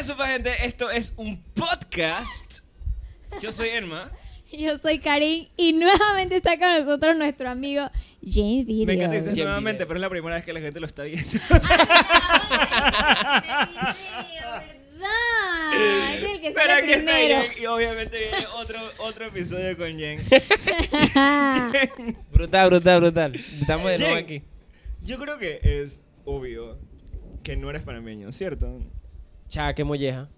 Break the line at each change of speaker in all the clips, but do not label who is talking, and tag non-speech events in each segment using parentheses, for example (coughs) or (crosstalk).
Eso, pa' gente, esto es un podcast. Yo soy Elma.
(laughs) Yo soy Karin y nuevamente está con nosotros nuestro amigo (laughs) James Video.
Me encanta
James
decir
Video.
nuevamente, pero es la primera vez que la gente lo está viendo.
¿verdad? Es el que
Pero
sale
aquí está
primero. (laughs)
Jen, y obviamente viene otro, otro episodio con Jen. (laughs)
Ah.
Brutal, brutal, brutal. Estamos de nuevo
Jen,
aquí.
Yo creo que es obvio que no eres panameño, ¿cierto?
Cha, qué molleja.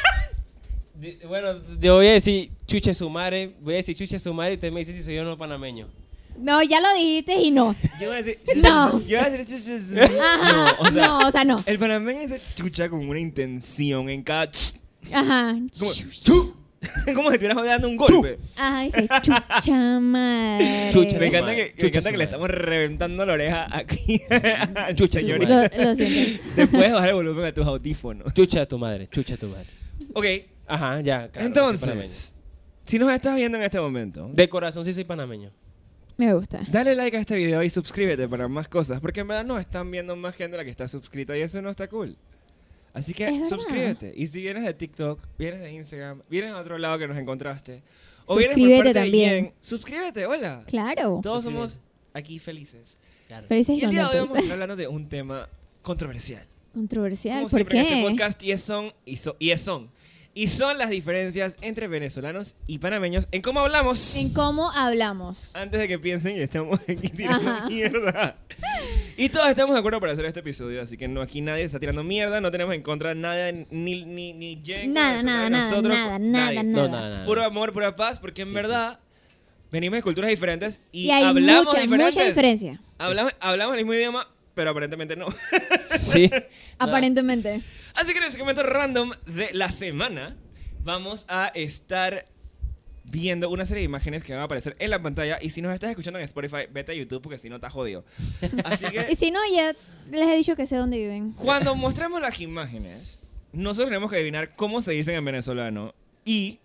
(laughs) Di- bueno, yo voy a decir chuche su madre. Voy a decir chuche su madre y usted me dice si soy yo o no panameño.
No, ya lo dijiste y no.
Yo voy a decir...
No.
Yo voy a decir...
(laughs) Ajá.
No, o sea-
no, o sea, no.
El panameño dice chucha con una intención en cada... ch-
Ajá.
Como, chu. (laughs) como si estuvieras dando un golpe.
Ay, qué chucha madre.
Chucha,
Me
Su
encanta,
madre.
que, me
Chucha
encanta
su
que le
madre.
estamos reventando la oreja
(laughs)
aquí. al
Chucha su
señor.
madre.
Lo, lo siento.
Te puedes bajar el volumen a tus audífonos.
Chucha a tu madre, chucha a tu madre.
Ok,
Ajá, ya. claro, soy panameño.
entonces, si nos estás viendo en este momento,
De corazón sí soy panameño.
Me gusta.
dale like a este video y suscríbete para más cosas, porque en verdad nos están viendo más gente de la que está suscrita y eso no está cool. Así
Es
que
verdad.
suscríbete. Y si vienes de TikTok, vienes de Instagram, vienes a otro lado que nos encontraste, o vienes
Suscríbete
por parte
también.
de Jen, suscríbete, hola.
Claro.
Todos
Suscríbete.
somos aquí felices.
Felices
Y
y
el día de hoy vamos a
contentos.
estar hablando de un tema controversial.
Controversial.
Como
¿Por
siempre en este
qué?
podcast, y es, son, y, so- y es son. Y son las diferencias entre venezolanos y panameños en cómo hablamos.
En cómo hablamos.
Antes de que piensen que estamos (laughs) aquí tirando
Ajá.
mierda. Y todos estamos de acuerdo para hacer este episodio, así que no aquí nadie está tirando mierda, no tenemos en contra nada, ni, ni, ni Jen,
Nada,
ni nosotros,
nada, nada,
nosotros,
nada,
nadie.
nada,
No,
nada.
nada, nada.
Puro amor, pura paz, porque en
Sí,
verdad venimos de culturas diferentes y,
Y hay
hablamos
mucha,
diferentes.
mucha diferencia.
Hablamos, hablamos el mismo idioma, pero aparentemente no. (laughs)
Sí.
Aparentemente.
Así que en el segmento random de la semana vamos a estar viendo una serie de imágenes que van a aparecer en la pantalla y si nos estás escuchando en Spotify, vete a YouTube porque si no está jodido. Así
Y (laughs)
que
si no, ya les he dicho que sé dónde viven.
cuando mostramos las imágenes, nosotros tenemos que adivinar cómo se dicen en venezolano y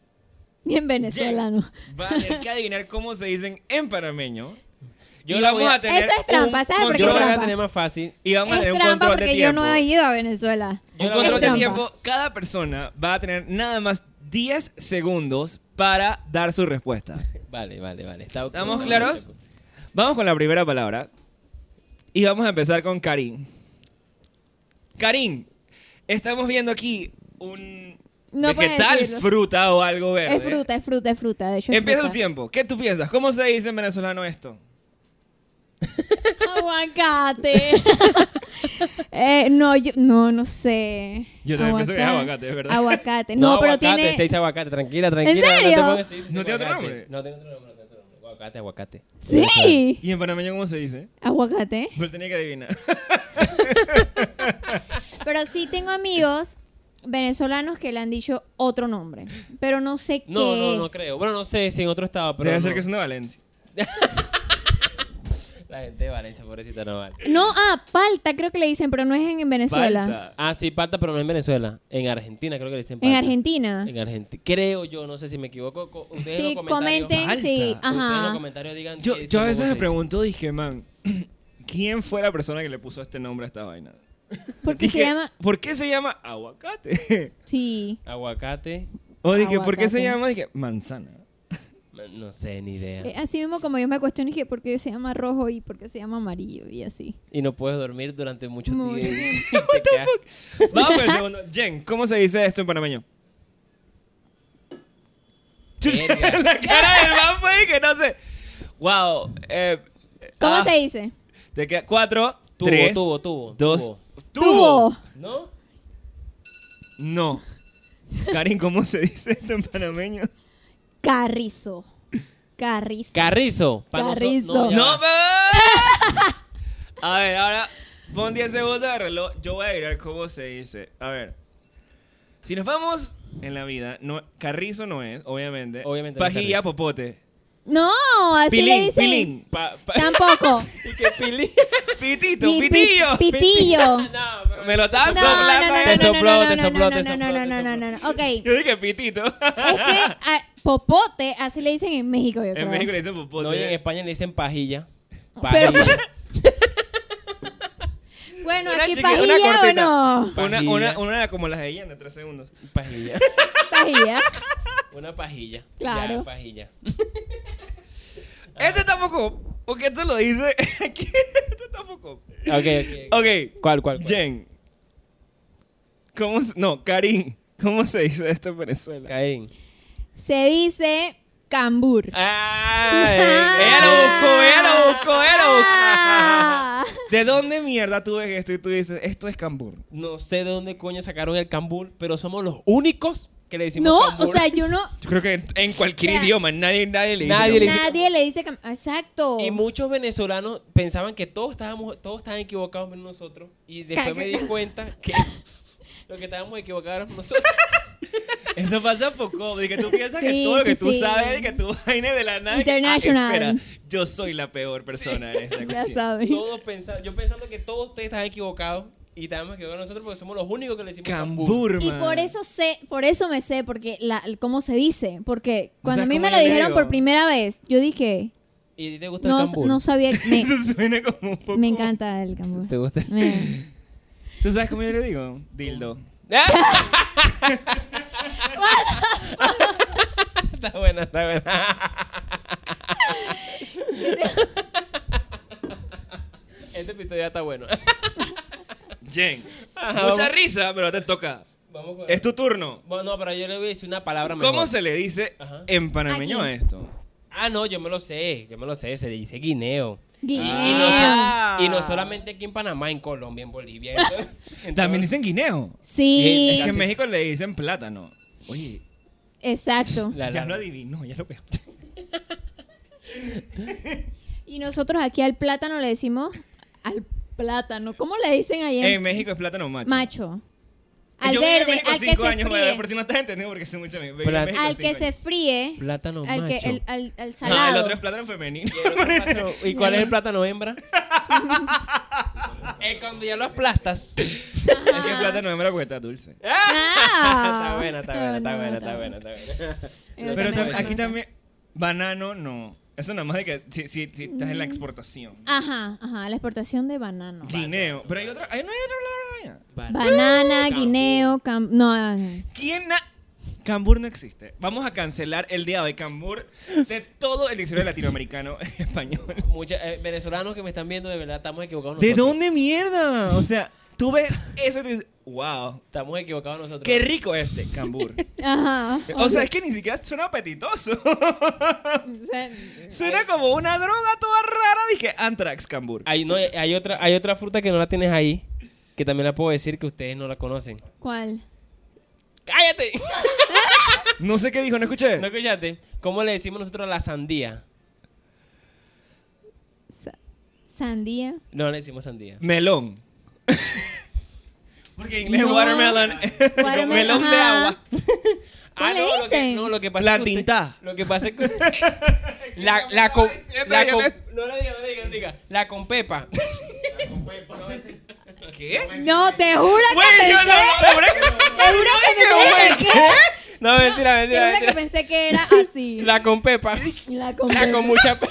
Y en venezolano.
va a tener que adivinar cómo se dicen en panameño.
Yo
y
la
vamos
voy a-
a tener
Eso es
un
trampa, ¿sabes por qué
Yo
control-
la voy a
trampa?
tener más fácil.
Y vamos a
Es
tener un
trampa
control de
porque yo no
tiempo.
he ido a Venezuela.
Un
Yo la
control
voy a
de
tener-
tiempo, cada persona va a tener nada más 10 segundos para dar su respuesta.
(laughs)
Vale, vale, vale. Está-
¿Estamos claros? Vamos con la primera palabra. Y vamos a empezar con Karim. Karim, estamos viendo aquí un
No puedes
vegetal,
decirlo.
fruta o algo verde.
Es fruta, es fruta, es fruta. De hecho, es
Empieza tu
fruta.
tiempo. ¿Qué tú piensas? ¿Cómo se dice en venezolano esto?
Aguacate.
(laughs)
Eh, no, yo, no, no sé.
Yo también pienso que es aguacate, es verdad. (laughs)
Aguacate. No, pero
aguacate,
tiene.
Se dice aguacate, tranquila, tranquila.
serio?
No, te pongas- sí, sí, sí,
¿No tiene otro
aguacate.
nombre?
No tiene otro nombre, no tiene otro nombre. Aguacate, aguacate.
Sí.
¿Y en panameño cómo se dice?
Aguacate.
Pero tenía que adivinar. (laughs)
Pero sí tengo amigos venezolanos que le han dicho otro nombre. Pero no sé qué.
No, no, no
es.
creo. Bueno, no sé si en otro estado, pero.
Debe
no.
ser que es una Valencia.
La gente de Valencia, pobrecita, no vale.
No, ah, palta creo que le dicen, pero no es en, en Venezuela.
Falta.
Ah, sí, palta, pero no en Venezuela. En Argentina creo que le dicen
En
palta.
Argentina.
En Argentina. Creo yo, no sé si me equivoco. co- Ustedes en
Sí,
los comentarios-
comenten,
Palta.
sí.
Ustedes
Ustedes en los
Ajá.
comentarios digan.
Yo,
qué-
yo a
cómo
veces
se
me
dice.
pregunto, dije, man, (clears throat) ¿quién fue la persona que le puso este nombre a esta vaina?
Porque se
Dije,
llama.
¿Por qué se llama aguacate? (laughs)
Sí.
Aguacate.
o dije, ¿por qué
Aguacate.
se llama? Dije, manzana.
No sé, ni idea.
Eh, Así mismo como yo me cuestioné que por qué se llama rojo y por qué se llama amarillo y así.
Y no puedes dormir durante mucho
Muy
tiempo. (laughs)
bien. (laughs)
Te quedas-
Vamos con el segundo. Jen, ¿cómo se dice esto en panameño? Chucha, (laughs)
Verga.
la cara del man fue de que no sé. Wow. eh,
¿Cómo
ah,
se dice?
Te queda cuatro,
Tubo,
tres,
tubo, tubo,
dos.
tubo.
Tubo.
¿No?
No. Karin, ¿cómo se dice esto en panameño?
Carrizo. Carrizo.
Carrizo. pa' noso-
Carrizo.
ya
¡No,
va. (laughs)
pero- A ver, ahora pon 10 segundos de reloj. Yo voy a mirar cómo se dice. A ver. Si nos vamos en la vida, no, carrizo no es, obviamente.
Obviamente no es
Pajilla,
carrizo.
popote.
no, así le
Pilín,
dicen.
pilín.
Pa-
(laughs)
pa-
Tampoco.
(laughs) y que pilín.
Pitito,
Pi- pi-
pitillo. (laughs)
Pitillo.
(laughs) No, pero-
Me lo
No,
estaban soplando.
no, no,
eh.
Te
no, no,
sopló,
no,
te
no, no,
sopló, te
no, no,
sopló,
no, no,
te
no, no, no. Ok.
(laughs)
Es
Yo dije pitito.
que a- popote, así le dicen en México, yo creo.
en México le dicen popote. ¿eh?
No, y en
(laughs)
España le dicen pajilla.
Pero-
Pajilla.
Bueno,
Mira
¿Qué
chiqui, una
pajilla o
cortita.
no?
Una,
Pajilla.
una, una como las de ella de tres segundos.
Pajilla.
(laughs)
Pajilla.
Una pajilla.
Claro.
Ya, pajilla. Ah.
Este tampoco, porque esto lo dice. (laughs) aquí, este tampoco.
Ok, ok.
Ok,
¿Cuál, cuál? cuál?
Jen. ¿Cómo se- No, Karin. ¿Cómo se dice esto en Venezuela?
Karin.
Se dice cambur.
Ah,
Ella lo buscó, ella lo buscó, ella lo buscó.
Ah.
¿De dónde mierda tú ves esto y tú dices, esto es cambur?
No sé de dónde coño sacaron el cambur, pero somos los únicos que le decimos
No,
cambur.
o sea, yo no.
Yo creo que en, en cualquier
O sea,
idioma, nadie, nadie le dice.
nadie le
cambur.
dice-
Nadie le dice cam- Exacto.
Y muchos venezolanos pensaban que todos estábamos, todos estaban equivocados menos nosotros. Y después me di
Caca.
cuenta
(laughs)
que lo que estábamos equivocados éramos nosotros.
Eso pasa poco. De que
(laughs)
tú piensas que
Sí,
todo lo que
sí,
tú
sí.
sabes, que tú vaina de la nada. y que, ah,
International.
espera, yo soy la peor persona en esta
Ya
cuestión.
sabes.
Todos pensaban, yo pensando que todos ustedes estaban equivocados y estábamos equivocados nosotros porque somos los únicos que le decimos cambur.
Cambur,
Y
man.
por
(laughs)
eso sé, por eso me sé, porque la, cómo se dice. Porque cuando a
¿Sabes
mí
cómo
me
yo
lo
le
dijeron
digo?
por primera vez, yo dije,
¿Y a ti te gusta
no,
el cambur?
no sabía.
Eso
Me,
suena como un poco.
me encanta el cambur.
(laughs) ¿Te gusta?
Me-
¿Tú sabes cómo yo le digo?
(laughs)
Dildo.
¡Ah! está buena, está buena. este episodio ya está bueno.
Jen.
Ajá,
Mucha
vamos.
risa, pero te toca.
Vamos con
Es tu turno.
Bueno, no, pero yo le voy a decir una palabra mejor.
¿Cómo se le dice
Ajá.
en panameño
Aquí.
a esto?
Ah, no, yo me lo sé, yo me lo sé, se le dice guineo.
Guineo.
Y, no,
Ah.
so- y no solamente aquí en Panamá, en Colombia, en
(laughs)
Bolivia. Entonces,
También dicen guineo.
Sí,
Es que en
Casi.
México le dicen plátano. Oye,
exacto.
La-
ya
la-
lo adivinó, ya lo veo.
Y nosotros aquí al plátano le decimos al plátano. ¿Cómo le dicen allá?
En México es plátano macho.
macho. Al
Yo viví en
verde,
México
al que
cinco
se
años, madre,
fríe.
por si no estás entendiendo porque sé mucho. Viví en
Plátano.
México
Al
cinco
que se
años.
fríe.
Plátano
Al, que,
macho.
el, al, al
Ah,
salado.
el otro es plátano
(laughs)
femenino.
(laughs)
¿Y cuál es el plátano
(laughs)
hembra? Eh, cuando ya lo aplastas.
Es que el plátano hembra porque está dulce.
Está
Ah.
buena, está buena, está
No,
buena,
no,
está buena, está buena.
Pero
Pero también
tam-
es
aquí
plátano.
también, banano no. Eso nada más de que si, si- si estás
Mm.
en la exportación.
Ajá, ajá, la exportación de banano.
Guineo. Pero hay otra, hay no hay otra palabra. vaya.
Banana,
Cambur.
guineo, cam... No, ah, no.
¿Quién na- Cambur no existe. Vamos a cancelar el día de hoy Cambur de todo el diccionario latinoamericano español.
Muchos eh, venezolanos que me están viendo, de verdad, estamos equivocados
¿De
nosotros.
dónde mierda? O sea, tú ves eso y tú dices, wow,
Estamos equivocados nosotros.
qué rico este Cambur. (laughs)
Ajá.
O sea, es que ni siquiera suena (laughs) apetitoso.
O sea,
Suena como una droga toda rara. Dije, Antrax Cambur.
Hay, no, hay, otra, hay otra fruta que no la tienes ahí, que también la puedo decir que ustedes no la conocen.
¿Cuál?
(laughs)
¡Cállate!
No sé qué dijo, no escuché.
¿No escuchaste? ¿Cómo le decimos nosotros a la sandía?
Sa- sandía.
No le decimos sandía.
Melón. (laughs) Porque en inglés
No.
watermelon.
Watermelon,
melón de
ajá.
agua.
¿Cómo le
Ah, no, lo que,
dicen?
no, lo que pasa
La
es que usted-
tinta.
Lo que pasa
(laughs)
es que la la con la
yo
con-
no-
no la diga, no la diga, no la diga. La con pepa.
¿Qué?
No, te juro que
Güey, yo
pensé.
la logré.
Te juro que pensé. que-
No, mentira,
Te juro
mentira,
que
mentira.
pensé que era así.
La
(laughs)
con pepa.
La
La
compré.
con mucha pe-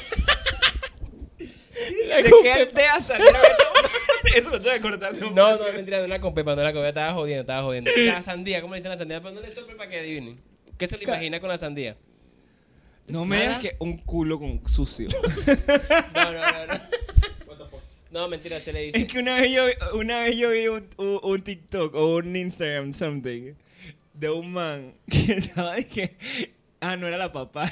La
¿De
con
qué
pepa.
aldea (laughs) salieron estos? Eso lo tengo que cortar.
No, pues, no, mentira, no la con pepa, no la con pepa, estaba jodiendo, estaba jodiendo. La sandía, ¿cómo le dicen la sandía? Pero no le soplen para que adivinen. ¿Qué se le imagina con la sandía?
No me digas que un culo con sucio.
No, no, no, no. (laughs) No, mentira, se le
(laughs)
dice.
Es que una vez yo, una vez yo vi un, un- un TikTok o un Instagram, something, de un man que (laughs) estaba dije, ah, no era la papá.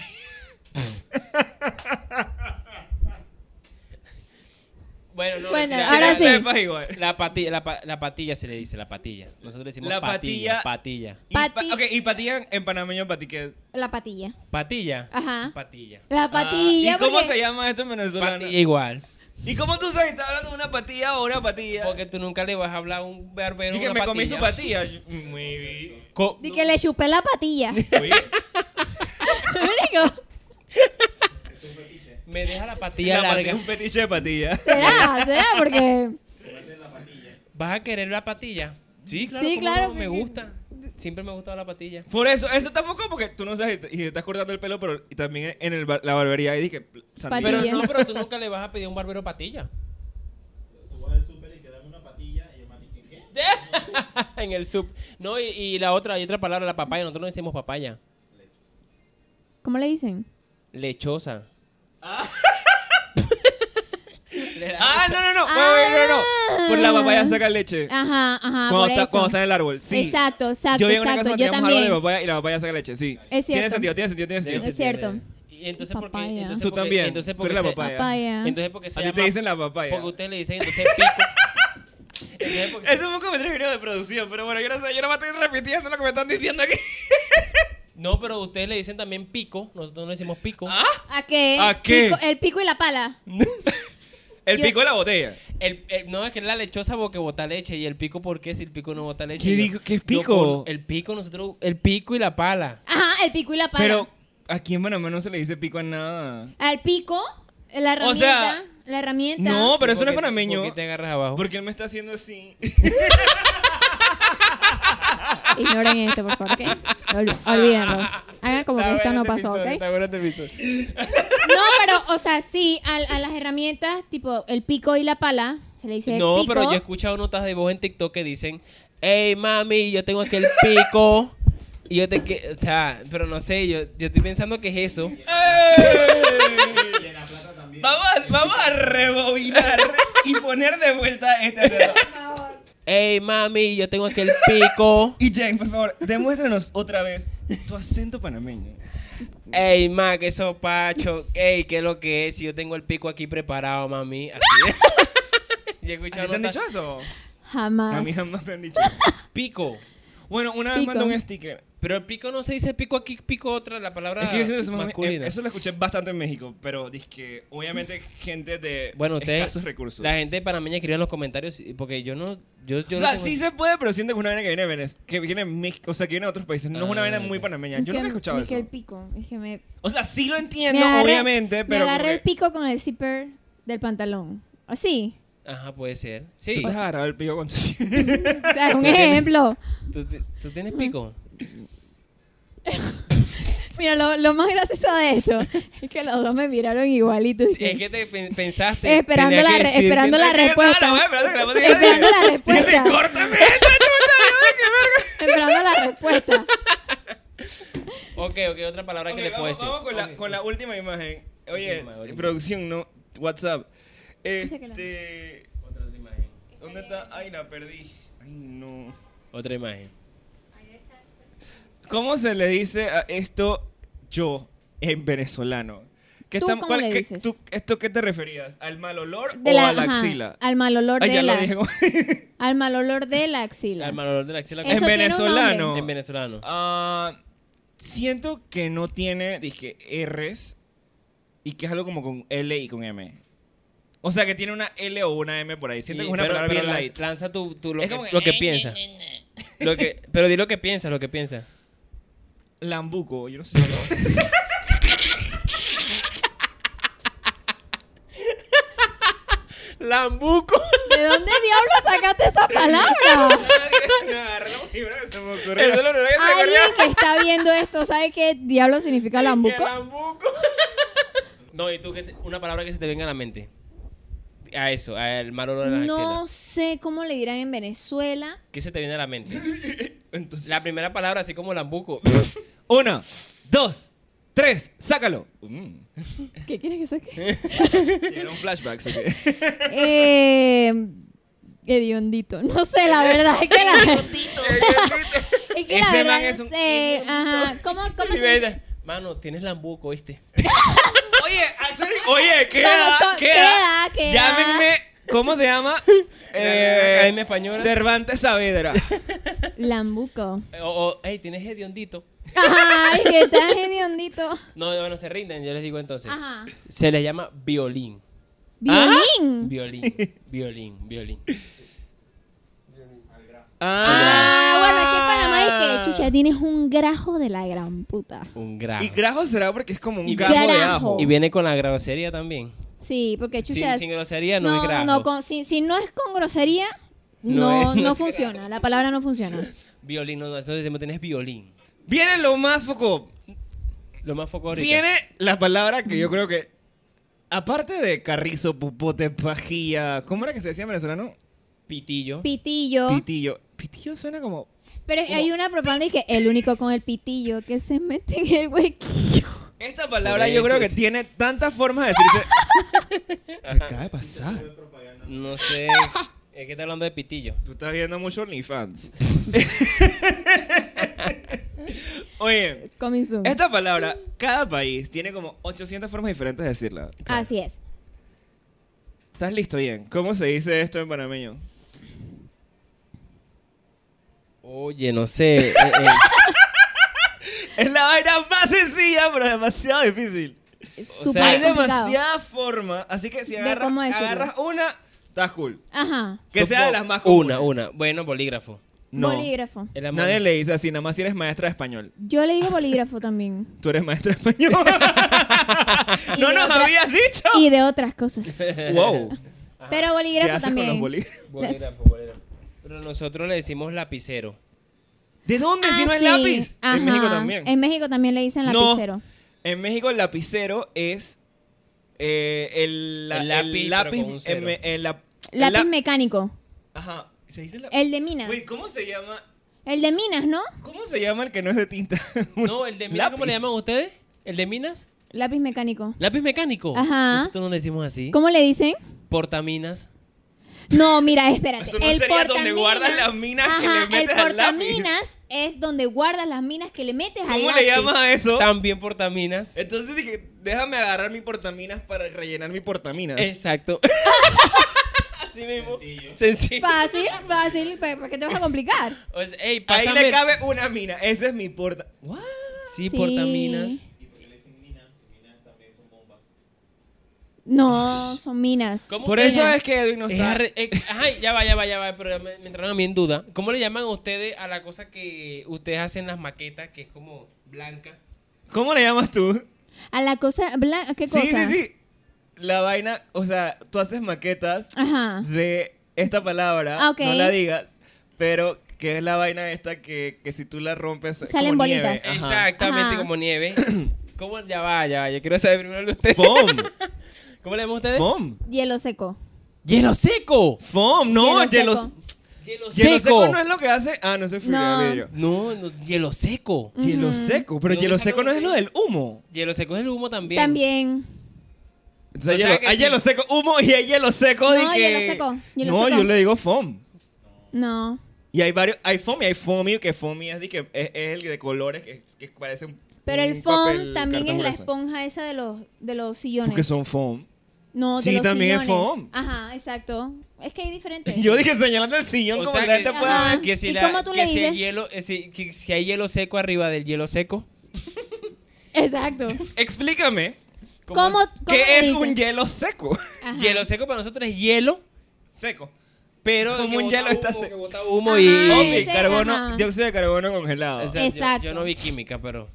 Bueno, no.
Bueno,
mentira.
ahora
La-
sí.
La, igual.
La patilla, la, pa- la patilla se le dice, la patilla. Nosotros decimos
La
patilla, patilla.
Y pa-
Pati-
ok, y patilla en panameño, pati que
La patilla.
Patilla.
Ajá.
Patilla.
La patilla.
Ah, ¿Y cómo
porque-
se llama esto en venezolano?
Patilla igual.
¿Y cómo tú sabes que estás hablando de una patilla o una patilla?
Porque tú nunca le vas a hablar a un barbero
y que
una
me comí
patilla.
su patilla. Yo- Muy bien.
Co-
De que le chupé la
(laughs)
patilla.
Oye,
Marico,
me deja la patilla
la patilla
larga.
es un fetiche de patilla.
¿Será? ¿Será? Porque.
¿Vas a querer la patilla? Sí, claro.
Sí,
cómo
claro,
no,
que-
me
que-
gusta. Siempre me ha gustado la patilla.
Por eso, eso tampoco porque tú no sabes y te- y te estás cortando el pelo, pero y también en el bar- la barbería y dije, pl- sandía.
Pero
Patilla. (laughs)
no, pero tú nunca le vas a pedir a un barbero patilla.
Tú vas al súper y te dan una patilla y el man
(laughs) en el sub. No, y, y la otra, hay otra palabra, la papaya. Nosotros no decimos papaya.
¿Cómo le dicen?
Lechosa. (laughs) Le da-
Ah, no, no, no. Wait, wait, no, no. Por la papaya saca leche.
Ajá, ajá.
cuando,
Ah, por
está,
eso.
cuando está en el árbol. Sí.
Exacto, exacto,
Yo vi una
exacto.
casa
Yo
de
también.
papaya y la papaya saca leche. Sí.
Es
Tiene
cierto.
sentido, tiene sentido, tiene sentido.
Es cierto.
Y entonces, ¿por qué?
Papaya.
Entonces,
Tú
porque-
también,
Entonces,
tú
porque
eres la
se-
papaya.
Papaya.
Entonces, porque se
A ti
llama...
te dicen la papaya.
Porque ustedes le dicen, entonces, pico.
(laughs)
Entonces, porque-
Eso fue un comentario video de producción, pero bueno, yo no sé, yo no me estoy repitiendo lo que me están diciendo
(laughs)
aquí.
No, pero ustedes le dicen también pico. Nosotros no le decimos pico.
Ah.
¿A qué?
¿A qué?
Pico- el pico y la pala.
El
Yo-
pico de la botella.
El, el- no, es que es la lechosa porque bota leche. ¿Y el pico por qué si el pico no bota leche?
¿Qué
Yo-
digo? ¿Qué es
yo
pico?
con- el pico, nosotros... El pico y la pala.
Ajá, el pico y la pala.
Pero aquí en Panamá no se le dice pico a nada.
Al pico, la herramienta.
O sea,
la herramienta.
No, pero eso no es
¿Por qué-
panameño.
¿Por qué te agarras abajo?
Porque él me está haciendo así.
Ignoren esto, por favor, ¿ok? Ol- Olvídenlo. Hagan como que esto no
Está bueno este
pasó,
episodio,
¿ok?
Está bueno este episodio.
No, pero, o sea, sí, al- a, las herramientas, tipo el pico y la pala, se le dice
No,
pico.
pero yo he escuchado notas de voz en TikTok que dicen, hey mami, yo tengo aquel pico. y yo te que, o sea, pero no sé, yo, yo estoy pensando que es eso.
¡Ey! Vamos, a- vamos a rebobinar y poner de vuelta este cerdo.
Hey mami, yo tengo aquel pico.
Y Jane, por favor, demuéstranos otra vez tu acento panameño.
Hey ma, que sopacho. Hey, ¿qué es lo que es? Si yo tengo el pico aquí preparado, mami. Así (laughs)
¿A ti
yo he escuchado
¿Te han
notas,
dicho eso?
Jamás.
A mí jamás me han dicho.
pico.
Bueno, una vez
Pico.
mandó un sticker.
Pero el pico no se dice pico aquí, pico otra, la palabra
Es que yo siento que eso, más- eh,
masculina.
eso lo escuché bastante en México, pero que obviamente gente de
bueno, ustedes,
escasos recursos.
la gente panameña escribió en los comentarios porque yo no, yo, yo
o sea,
no tengo-
sí se puede, pero siento que es una vaina que viene de Venez- que viene de México, o sea, que viene de otros países. No es una
Ah,
vaina muy
ok.
panameña. Yo
Es
no
que-
he escuchado
es
eso.
que el pico, es que me...
O sea, sí lo entiendo,
me agarré-
obviamente, pero
Me
como
agarré el
que-
pico con el zipper del pantalón. Así.
Ajá, puede ser.
Tú
Sí.
te has agarrado el pico con (laughs) tu...
O
(laughs)
sea, es un ejemplo.
¿Tú, ti- tú tienes pico?
Mira, lo, lo más gracioso de esto (laughs) es que los dos me miraron igualitos.
Es que te pen- pensaste.
Eh, Esperando
tenía
la
que
re-
decir
esperando
que-
la respuesta.
Claro, esperando que la puta diga,
Esperando la
"Dile,
respuesta.
(laughs) ¡Córtame esto, chucha!
Esperando
(laughs)
la respuesta.
Ok, ok, otra palabra
¡Ay, qué verga!
que le
Ok,
puedo
vamos,
decir.
vamos con, la,
Ok.
con la última imagen. Oye,
Última, última.
producción, ¿no? WhatsApp.
sé que la-
Este...
Otra otra imagen.
¿Dónde está? Ay, la perdí. Ay, no.
Otra imagen.
¿Cómo se le dice a esto yo en venezolano? ¿Qué
¿Tú
estam-
cómo
cuál-
le
qué-
dices?
tú- ¿Esto qué te referías? ¿Al mal olor
De
o
la-
a la
ajá,
axila?
Al mal olor
Ay, ya
de
lo
la.
(laughs) dije.
Al mal olor de la axila.
Al mal olor de la axila.
Eso
en
tiene un
venezolano.
En venezolano.
Ah, siento que no tiene, dije, R's y que es algo como con L y con M. O sea, que tiene una L o una M por ahí. Siento
Y-
que es una
pero-
palabra
pero
bien
lanz-
light.
Lanza tú, tú lo,
Es
que,
como que-
lo que piensas. Lo que, pero di lo que piensas, lo
(laughs)
que piensas.
Lambuco, yo no
(laughs)
sé.
(laughs) ¡Lambuco!
¿De dónde diablos sacaste
(laughs)
esa palabra?
Nadie- nada, era lo primero que se me ocurrió.
Eso es lo primero que
Ah.
se corrió.
Alguien que está viendo esto sabe qué diablos significa
¡Que
lambuco.
lambuco! no, y tú, qué te- una palabra que se te venga a la mente. A eso, al mal olor de la
No
axila.
sé cómo le dirán en Venezuela.
¿Qué se te viene a la mente?
(laughs) Entonces,
La primera palabra, así como lambuco.
(laughs) Uno, dos, tres, sácalo. Mm.
¿Qué quieres que saque?
Llegaron flashbacks, (laughs) ok.
Eh. Hediondito. No sé, la verdad. Es que la,
(laughs)
es que la
Ese
verdad
man
no
es un
sé. Ajá. ¿Cómo, cómo
Y
se
me
dice?
dice, Mano, tienes lambuco, ¿viste?
Oye, actually, oye, queda,
Vamos, co-
queda,
queda, queda.
Llámenme, ¿cómo se
(laughs)
llama? Eh,
Academia Española.
Cervantes Saavedra.
Lambuco.
O, o hey, tienes hediondito.
Ay, que está hediondito.
No, no, no se rinden, yo les digo entonces.
Ajá.
Se les llama violín.
(laughs)
Violín.
Violín, violín, violín.
Ah, bueno, aquí en Panamá
Ah.
es que chucha, tienes un grajo de la gran puta.
Un grajo.
Y grajo será porque es como un
Y
grajo de
grajo.
ajo.
Y viene con la grosería también.
Sí, porque
Sin,
chucha. es-
sin grosería no,
no,
es grajo.
no, con- si, si no es con grosería,
No
no, no,
es- no es
funciona. La palabra no
(laughs)
funciona.
Violín, no, no, nosotros decimos tienes violín.
Viene lo más foco.
Lo más foco ahorita.
Viene la palabra que yo creo que. Aparte de carrizo, pupote, pajilla. ¿Cómo era que se decía en venezolano?
Pitillo.
Pitillo.
Pitillo. Pitillo suena como.
Pero
Como-
hay una propaganda y que el único con el pitillo que se mete en el huequillo.
Esta palabra
Por
yo
eso
creo que
es-
tiene tantas formas de decirse.
(laughs)
¿Qué acaba de pasar?
No sé. Es que está hablando de pitillo.
Tú estás viendo mucho
(laughs)
OnlyFans. Oye,
Coming soon.
esta palabra, cada país tiene como 800 formas diferentes de decirla.
Así es.
¿Estás listo bien? ¿Cómo se dice esto en panameño?
Oye, no sé. eh, eh,
Es la vaina más sencilla, pero demasiado difícil.
Es
O
súper
sea,
Hay
complicado.
demasiada forma, así que si
De
agarras,
cómo decirlo.
agarras una, estás cool.
Ajá.
(laughs) Que sea de
supongo-
las más comunes.
Una, una. Bueno, bolígrafo.
Bolígrafo.
El amor-
Nadie le dice así, nada más si eres maestra de español.
Yo le digo
(laughs)
bolígrafo también.
Tú eres maestra de
(laughs)
español.
Y
no
de
nos
otra-
habías dicho.
Y de otras cosas.
Wow.
Pero
¿Qué
bolígrafo
haces con los
también.
bolígrafos?
Bolígrafo, bolígrafo. Pero nosotros le decimos lapicero.
(laughs) ¿De dónde si
Ah,
no es
sí.
lápiz?
Ajá.
En México también.
En México también le dicen
No.
lapicero.
En México el lapicero es eh, el, la-
El lápiz,
el
pero con un cero.
em, el la- el
Lápiz
la-
mecánico.
Ajá. ¿Se dice la-
El de minas.
Güey, ¿cómo se llama?
El de minas, ¿no?
¿Cómo se llama el que no es de tinta? (laughs)
No, el de minas, ¿cómo le
Lápiz.
llaman ustedes? ¿El de minas?
Lápiz mecánico.
¿Lápiz mecánico?
Ajá.
Nosotros no le decimos así.
¿Cómo le dicen?
Portaminas.
No, mira, espérate.
Eso no
el
sería donde
portaminas-
guardas las minas que le
Ajá,
metes
el
al lápiz.
portaminas es donde guardas las minas que le metes al
¿Cómo
lápiz.
le llamas a eso?
También portaminas.
Entonces dije, déjame agarrar mi portaminas para rellenar mi portaminas. Oh,
Exacto. (laughs) así mismo. Sencillo.
Fácil, fácil. pues, ¿Para para qué te vas a complicar?
O sea, ey,
Ahí
pásame-
le cabe una mina. Ese es mi porta. ¿What?
Sí, portaminas.
No, son minas.
¿Cómo
Por
que
eso
llaman-
es que Edwin no
Es
está. (laughs)
arre- eh, ay, ya va, ya va, ya va, pero me, me entraron a mí en duda. ¿Cómo le llaman ustedes a la cosa que ustedes hacen las maquetas, que es como blanca?
¿Cómo le llamas tú?
A la cosa blanca, ¿qué
Sí,
cosa?
sí, sí. La vaina, o sea, tú haces maquetas
Ajá.
de esta palabra.
Ah, ok.
No la digas, pero que es la vaina esta que, que si tú la rompes. es
Salen
como nieve.
bolitas.
Ajá.
Exactamente
Ajá.
como nieve. (coughs) ¿Cómo? Ya va, ya va. Yo quiero saber primero de ustedes.
Foam.
¿Cómo le llaman ustedes?
Foam.
Hielo seco.
¡Hielo seco!
Foam, no,
Hielo
hielo.
seco.
¡Hielo
Hielo seco no
seco!
es lo que hace. Ah, no se fría
No.
de vidrio.
No, no, hielo seco.
Mm.
Hielo seco, pero
¿De dónde
hielo
sacan
seco no es lo
ustedes?
del humo.
Hielo seco es el humo también.
También.
O sea,
O sea
hielo-
que
hay
sí.
hielo seco, humo y hay hielo seco.
No,
de que-
hielo seco, hielo
no,
seco.
yo le digo foam.
No.
Y hay varios, hay foam y hay foamy, que foamy es, de que es, es el de colores que, que parece un
Pero
un
el foam
papel
también es
cartón
la
grueso.
esponja esa de los, de los sillones.
Porque son foam.
No, de
Sí,
los
también es
sillones.
foam.
Ajá, exacto. Es que hay diferentes.
(laughs) (laughs) Yo dije señalando el sillón
O
como
sea
la
que-
gente puede
Ajá.
ver.
que si
¿Y
la-
cómo tú
que
le
si el
dices?
hielo, eh, si, que- si hay hielo seco arriba del hielo seco.
(laughs)
Exacto.
Explícame,
¿Cómo, cómo
¿qué
le
es
dices?
un hielo seco? (laughs)
Ajá.
Hielo seco para nosotros es hielo,
seco.
pero
Como
que
un
bota
hielo está
humo,
seco.
que bota humo
Ajá.
y
Ay,
Ok,
ese,
carbono,
ajá.
dióxido de carbono congelado.
O sea, yo-
Exacto.
Yo, no vi química, pero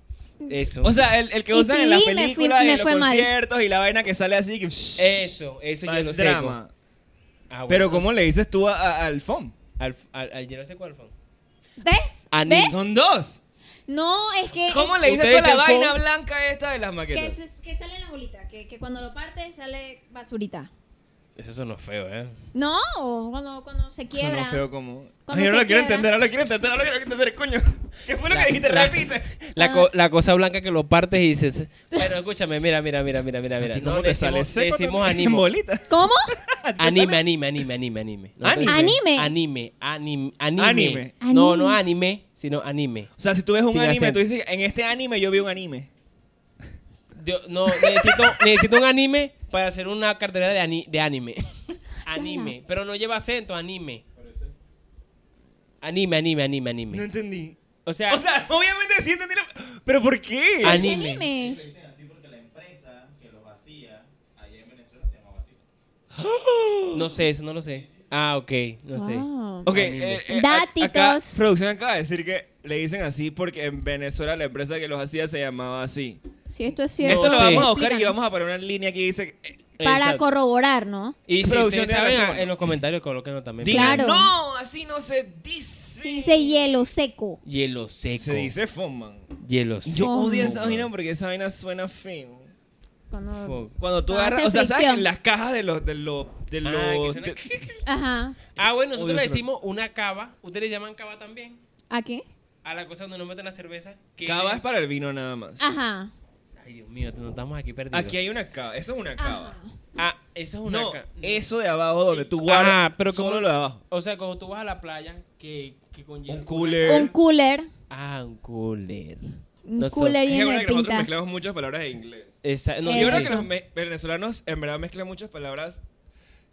eso.
O sea, el, el que
Y
usan en las
sí, me fui-
películas y
me
en los
fue mal.
conciertos y la vaina que sale así que
eso, eso es
Para
hielo
el drama.
seco. Ah, bueno,
Pero ¿cómo le dices tú a- a- al foam?
Al, al, al hielo seco, al fondo.
¿Ves?
Anís.
¿Ves?
Son dos.
No, es que.
¿Cómo le dices tú
Ustedes
a la
el foam-
vaina blanca esta de las
que,
maquetas?
se- que sale la bolita. Que, que cuando lo partes sale basurita.
Eso sonó feo, ¿eh?
No, cuando, cuando se
Eso
quiebra.
no feo como.
Cuando
Ay, no
se
lo quiero
quiebra.
entender, no lo quiero entender, no lo quiero entender, coño. (laughs) ¿Qué fue lo
La-
que dijiste?
la-
Repite.
La,
Ah.
co- la cosa blanca que lo partes y dices. Bueno, escúchame, mira, mira, mira, mira, mira. mira.
¿Y ¿Cómo
No,
te
le
sale
decimos- le
seco?
decimos
también?
animo.
Bolita. (laughs)
¿Cómo?
Anime, anime, anime, anime, anime. No,
Anime.
Anime.
Anime, anime, anime.
Anime.
No, no
Anime.
anime, sino anime.
O sea, si tú ves un
Sin
anime,
acento.
tú dices, en este anime yo vi un anime.
Yo, no, necesito, (laughs) necesito un anime para hacer una cartera de, ani- de anime. (laughs) Anime. Pero no lleva acento, anime. Anime, anime, anime,
No
anime.
entendí.
O sea,
O sea, (laughs) obviamente sí entendí. la- ¿Pero por qué?
Ani-
¿Qué
Anime.
Le dicen así porque la empresa que los hacía allá en Venezuela se llamaba así.
no sé, eso no lo sé. Ah, ok, no sé.
Wow.
Ok,
Anime.
eh, eh, a-
Datitos.
acá, producción acaba de decir que le dicen así porque en Venezuela la empresa que los hacía se llamaba así.
Si esto es cierto.
Esto lo
sí.
vamos a buscar y
Explícanos.
vamos a poner una línea que dice. eh,
Para
Exacto.
corroborar, ¿no?
Y si
Producción
ustedes
tiene
saben,
razón.
a- en los comentarios colóquenlo también.
diga,
Claro.
No, así no se dice.
Dice hielo seco.
Hielo seco.
Se dice foman.
Hielo seco.
Yo
Foam.
odio esa vaina porque esa vaina suena feo.
Cuando-
Fuck.
Cuando tú
Ah,
agarras,
hace
o sea, ¿sabes?
fricción.
En las cajas de los, de los de
Ah,
los...
que suena-
de-
Ajá.
Ah, bueno,
Odio
nosotros le
ese-
decimos una cava. ¿Ustedes le llaman cava también?
¿A qué?
A la cosa donde no meten la cerveza. que
cava es para el vino nada más.
Ajá.
Ay, Dios mío, nos estamos aquí perdidos.
Aquí hay una cava. Eso es una cava.
Ajá.
Ah, eso es una
No,
ca-
eso de abajo donde tú guardas
Ah, pero
solo
¿cómo-
lo de abajo.
O sea, cuando tú vas a la playa, que, que conlleva...
Un cooler.
Un cooler.
Ah, un cooler.
Un
No sé.
cooler
Es que
lleno
ahora
de
que nosotros
pinta.
mezclamos muchas palabras de inglés.
Esa, no,
Eh,
sí,
Yo creo
sí.
que los me- venezolanos en verdad mezclan muchas palabras,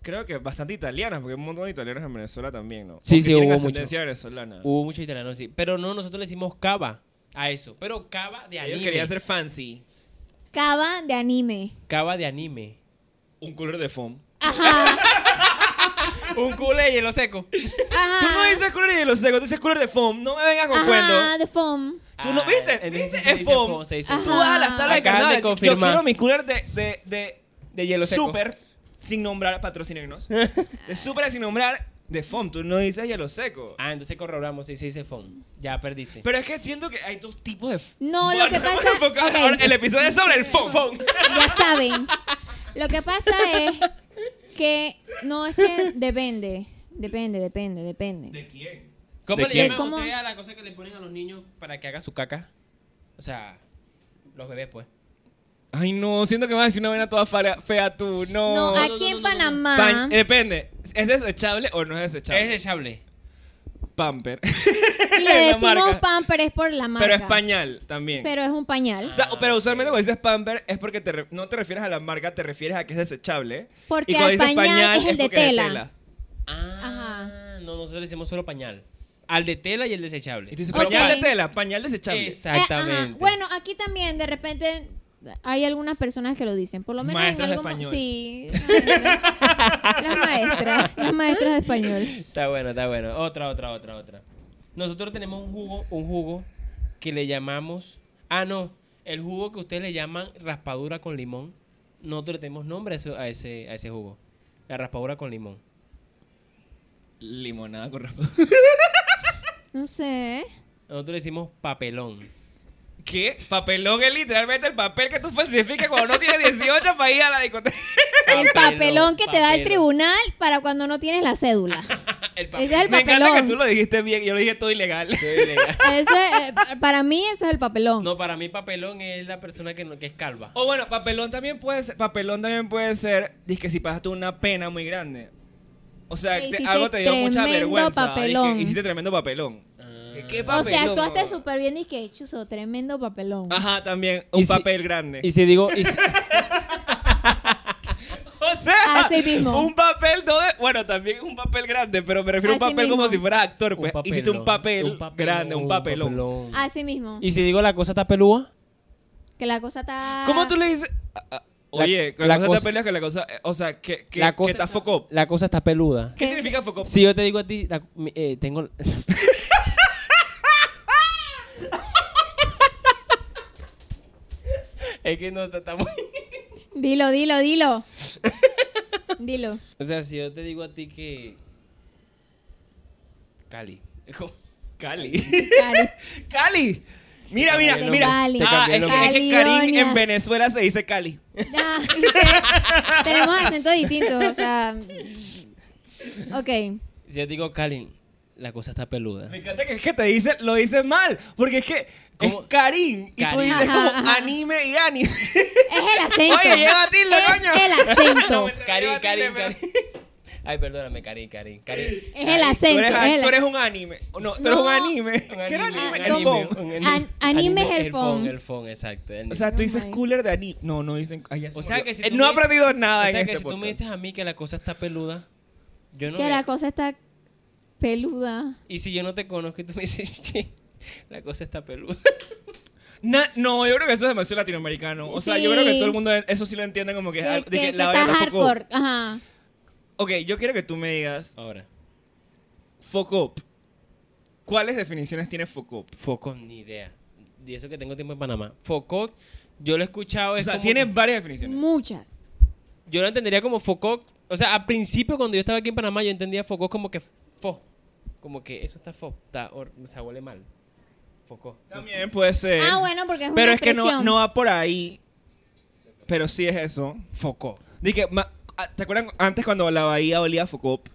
creo que bastante italianas, porque hay un montón de italianos en Venezuela también, ¿no? O
Sí,
que
sí,
tienen
hubo
ascendencia venezolana.
Hubo muchos italianos, sí. Pero no, nosotros le decimos cava a eso. Pero cava de
Ellos
anime.
querían ser fancy.
Cava de anime.
Cava de anime.
Un cooler de foam.
un cooler y hielo seco.
(laughs)
Ajá.
Tú no dices cooler de hielo seco, tú dices cooler de foam. No me vengas con
Ah. Ajá,
cuentos.
de foam.
Tú no
Ah,
viste,
entonces
viste,
sí se
es
dice
foam.
foam, se dice
Ajá.
Tú vas a las tablas de
Acaban de
carnaval. Yo
confirmar.
quiero mi cooler de, de, de,
De hielo seco.
super, sin nombrar, (laughs) patrocinarnos. de super sin nombrar, de foam. Tú no dices hielo seco.
Ah, entonces corroboramos si se dice foam. Ya perdiste.
Pero es que siento que hay dos tipos de foam.
No, lo
(laughs)
que pasa- ok.
El episodio es
(laughs)
sobre el foam. foam.
Ya saben. Lo que pasa es que no es que depende. Depende, depende, depende.
¿De quién?
¿Cómo
¿De
le
quién?
llaman
¿Cómo?
ustedes a la cosa que le ponen a los niños para que haga su caca? O sea, los bebés, pues.
Ay, no, siento que vas a decir una vena toda fara- fea tú. No.
No,
no,
aquí
no,
en
no, no, no.
Panamá.
Pan- eh, Depende, ¿es desechable o no Ah. es
Es
desechable?
desechable.
(laughs) Pamper.
Le
la
decimos
marca.
pamper es por la marca.
Pero es pañal también.
Pero es un pañal.
o sea,
Ah,
pero usualmente
ok.
cuando dices pamper es porque te re- no te refieres a la marca, te refieres a que es desechable.
Porque
y cuando
al
dices
pañal es el de
porque es
tela.
Ah, no, nosotros le decimos solo pañal. Al de tela y el desechable.
Y tú dices,
Ok.
pañal de tela, pañal desechable.
Eh, ajá.
Exactamente.
Bueno, aquí también de repente hay algunas personas que lo dicen. Por lo menos
Maestras
en
de
algún mo-
español.
Sí. las maestras. Las maestras de español.
Está bueno, está bueno. Otra, otra, otra, otra. Nosotros tenemos un jugo, un jugo que le llamamos. Ah, no. El jugo que ustedes le llaman raspadura con limón. Nosotros le tenemos nombre a ese, a ese, a ese jugo. La raspadura con limón.
Limonada con rapa.
No sé.
Nosotros le decimos papelón.
(laughs) ¿Qué? Papelón es literalmente el papel que tú falsificas cuando no tienes 18 para ir a la discoteca.
El papelón que te da el
papelón. Ah,
tribunal para cuando no tienes la cédula.
El
Ese es el
(laughs) Me encanta que
papelón.
tú lo dijiste bien, yo lo dije todo ilegal.
papelón.
Eso es, eh, pa- para mí eso es el papelón.
No, para mí papelón es la persona que, no- que es calva.
O bueno, papelón también puede ser, papelón también puede ser, dice que si pasaste una pena muy grande. O sea,
Que
te-
hiciste
algo te dio mucha
tremendo
vergüenza. dizque
papelón.
hiciste tremendo papelón. ¿Qué, qué papelón? Ah.
o sea, actuaste
bro?
súper bien y que chuzo, tremendo papelón.
Ajá, también un
Y si-
papel grande.
Y si digo, y si-
(laughs) o sea,
Así mismo.
un papel no de, bueno, también un papel grande, pero me refiero a un
Así
papel como
mismo.
si fueras actor,
un
pues.
papelón,
hiciste un papel,
papelón,
grande, un papelón.
Así mismo.
Y si digo la cosa está pelúa,
Que la cosa está.
¿Cómo tú le dices? Ah, ah,
La-
Oye, la,
la
cosa,
cosa-
te peleas que la cosa, eh, o sea, que, que,
la
que
cosa
está focop.
La cosa está peluda.
¿Qué
¿Qué?
significa focop?
Si yo te digo a ti, la- mi- eh, tengo. (laughs) es que no está está muy. (laughs)
Dilo, dilo, dilo.
(laughs)
Dilo.
O sea, si yo te digo a ti que. Cali.
Cali.
Cali.
Cali. Mira, mira,
De
mira.
Cali.
Ah,
Te
es
cambió
que,
el
es que
nombre.
Karim en
Calidonia.
Venezuela se dice Cali.
Ah, (laughs) tenemos acentos distintos, o sea. Ok.
Si yo te digo Cali, la cosa está peluda.
Me encanta que es que te dice, lo dices mal, porque es que es
¿Cómo?
Karim y tú
Karim.
dices
Ajá,
como
ajá.
anime y anime.
Es el acento.
Oye, lleva tilde,
es
coño.
El acento.
No,
Cali, Cali,
Pero-
Cali. (laughs) Ay, perdóname, Cali, Cali. Cali.
Es el acento.
Tú eres,
es el-
tú eres un anime. No, tú eres un
No. Ah,
anime.
Un
¿Qué era
anime,
anime?
un
El
anime,
fon.
un
An- anime es el fon.
El fon, exacto. el
O sea, tú
Oh
dices
my.
cooler de anime. No, no dicen. ay, ya se
O sea
murió.
que si
Eh,
tú
no
me
ha
dices-
aprendido nada
O sea
en
que
este
si tú me
podcast.
dices a mí que la cosa está peluda, yo no.
que
voy a-
la cosa está peluda.
Y si yo no te conozco y tú me dices (laughs) que la cosa está peluda. (laughs)
Na- no, yo creo que eso es demasiado latinoamericano. O sea, yo
Sí.
creo que todo el mundo eso sí lo entiende como que es
Que-
algo- de
que-
que
que
la
está
vaina focó.
hardcore. Ajá.
Ok, yo quiero que tú me digas
Ahora,
Focop. ¿Cuáles definiciones tiene Focop?
Focot, ni idea. Y eso que tengo tiempo en Panamá. Focot, yo lo he escuchado.
O
es
sea,
Pues como-
tiene varias definiciones.
Muchas.
Yo lo entendería como Focot. O sea, al principio, cuando yo estaba aquí en Panamá, yo entendía Focot como que fo. Como que eso está fo. Está, or- o sea, huele mal. Focot.
También puede ser.
Ah, bueno, porque es una
Pero es que no,
expresión.
no va por ahí. Pero sí es eso.
Focot.
Dije, ma- Ah, ¿Te acuerdan antes cuando la bahía olía a Focop?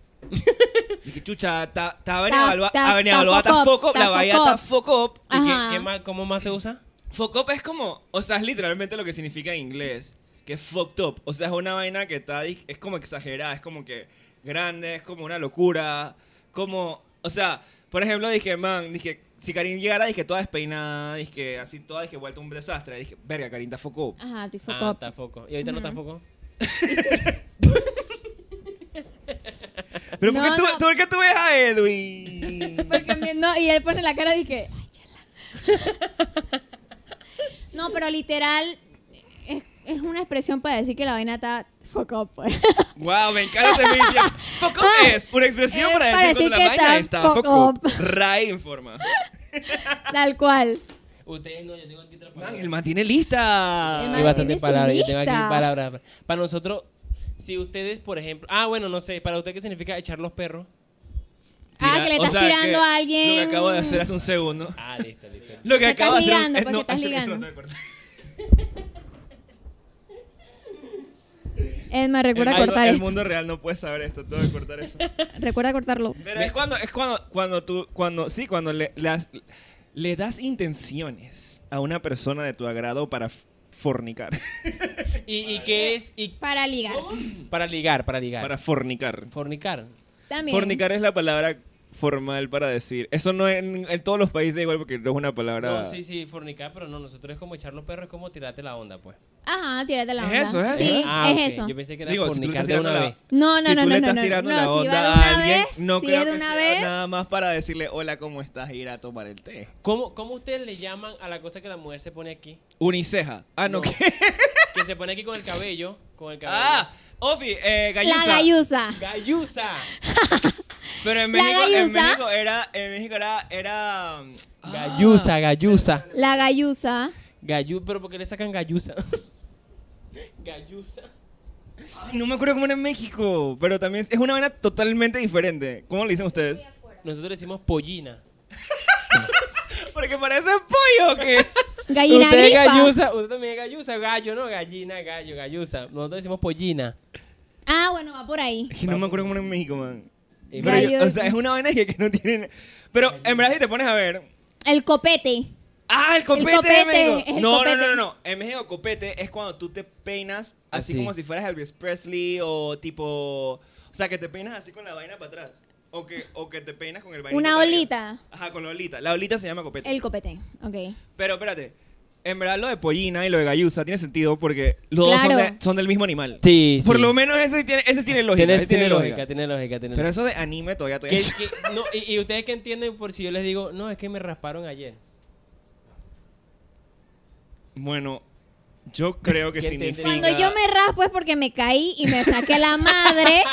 Dije, chucha, estaba
Ta- ta- ta
evaluada
Focop,
Focop,
ta
la bahía
Focop.
está Focop.
¿Y qué-
Ajá.
qué más- cómo más se usa?
Focop es como, o sea, es literalmente lo que significa en inglés, que es fucked up. O sea, es una vaina que está, dis- es como exagerada, es como que grande, es como una locura, como, o sea, por ejemplo, dije, man, dije, si Karin llegara, dije, toda despeinada, dije, así toda, dije, vuelta un desastre, dije, verga, Karin está fucked up.
Ajá, estoy
Ah,
foco.
está foco. ¿Y ahorita no está foco?
Pero ¿por qué
No,
tú,
no.
tú- ¿por qué tú ves a
(laughs)
Edwin?
Porque me- no, y él pone la cara de que. "Ay,
(laughs)
chala". no, pero literal es, es una expresión para decir que la vaina está fuck up. pues.
(laughs)
wow, me encanta este video. Fuck up es una expresión
Eh,
para
para
decir cuando
decir
la
que
vaina
está
está fucked
fucked
up.
up.
Ray informa.
Tal cual.
Ustedes no, yo tengo aquí otra
Man,
palabra.
el man tiene lista.
El man
Hay bastante
tiene su
palabras, yo tengo aquí
lista.
palabras. Para nosotros, si ustedes, por ejemplo... Ah, bueno, no sé. ¿Para usted qué significa echar los perros?
Ah,
Tira-
que le
o
estás
sea,
tirando
que
a alguien.
Lo que acabo de hacer hace un segundo.
Ah, listo, listo.
(laughs) Lo que
Te
acabo de
estás
hacer. un-
ligando,
eh,
porque estás
eso- eso
ligando.
lo tengo que cortar.
Edma, recuerda
el, mundo-
cortar
el
esto.
mundo real no puede saber esto. Tengo que cortar eso.
Recuerda cortarlo.
(laughs) Pero es cuando, es cuando, cuando tú, cuando, sí, cuando le, las- le das intenciones a una persona de tu agrado para f- fornicar.
¿Y, y qué es? Y,
Para ligar.
para ligar, para ligar.
Para fornicar.
Fornicar.
También.
Fornicar es la palabra formal para decir. Eso no es en, en todos los países igual porque no es una palabra.
No, sí, sí, fornicar, pero no, nosotros es como echar los perros, es como tirarte la onda, pues.
Ajá, tírate la
Es eso,
onda.
es
Sí,
eso.
es
Ah, ok,
eso.
Yo pensé que era
Digo, si tú le
fornicar
estás
de
tirando
una
la,
vez.
No, no,
si
no,
tú
no,
le
no,
estás
no.
tirando la
no, si va
onda
de
a
una
alguien,
vez,
no
si
creo
es de
que
una
sea
vez.
nada más para decirle hola, ¿cómo estás? Ir a tomar el té.
¿Cómo, ¿Cómo ustedes le llaman a la cosa que la mujer se pone aquí?
Uniceja. Ah, no. ¿qué?
Que se pone aquí con el cabello. Con el cabello.
Ah, Ofi, eh, gallusa.
La gallusa.
¡Gayusa!
Pero en
La
México, en
gallusa.
México era, en México era, era... mm, ah,
Gayusa, gayusa.
La gallusa.
Gayu, pero ¿por qué le sacan gayusa? (laughs) Gayusa.
ay, no me acuerdo cómo era en México, pero también es una vaina totalmente diferente. ¿Cómo le dicen ustedes?
Nosotros decimos pollina.
Porque parece pollo, ¿o (laughs) ¿qué?
Gallina
usted es
gripa.
gayusa, usted también es gayusa, gallo, no, gallina, gallo, gayusa. Nosotros decimos pollina.
Ah, bueno, va por ahí.
Ay, no me acuerdo cómo era en México, man.
Eh,
Pero yo-
Gallo-
o sea, es una vaina que, que no tiene... Pero en verdad si te pones a ver...
El copete.
Ah, el copete,
copete,
de México.
el
no,
copete.
no, no, no, no. En México copete es cuando tú te peinas así,
Así.
como si fueras Elvis Presley o tipo, o sea, que te peinas así con la vaina para atrás o que o que te peinas con el vainito
Una
para
olita.
arriba. Ajá, con la olita. La olita se llama copete.
El copete. Ok.
Pero espérate. En verdad lo de pollina y lo de gallusa tiene sentido porque los dos
Claro.
son, de- son del mismo animal.
Sí,
Por
sí.
lo menos ese tiene ese tiene lógica,
tiene,
ese tiene, lógica.
tiene lógica, tiene
Pero
lógica.
eso de anime todavía estoy
¿Qué- qué- no, y, y ustedes que entienden por si yo les digo, no, es que me rasparon ayer.
Bueno, yo creo que
¿Qué entendí?
significa
Cuando yo me raspo es porque me caí y me saqué la
(laughs)
madre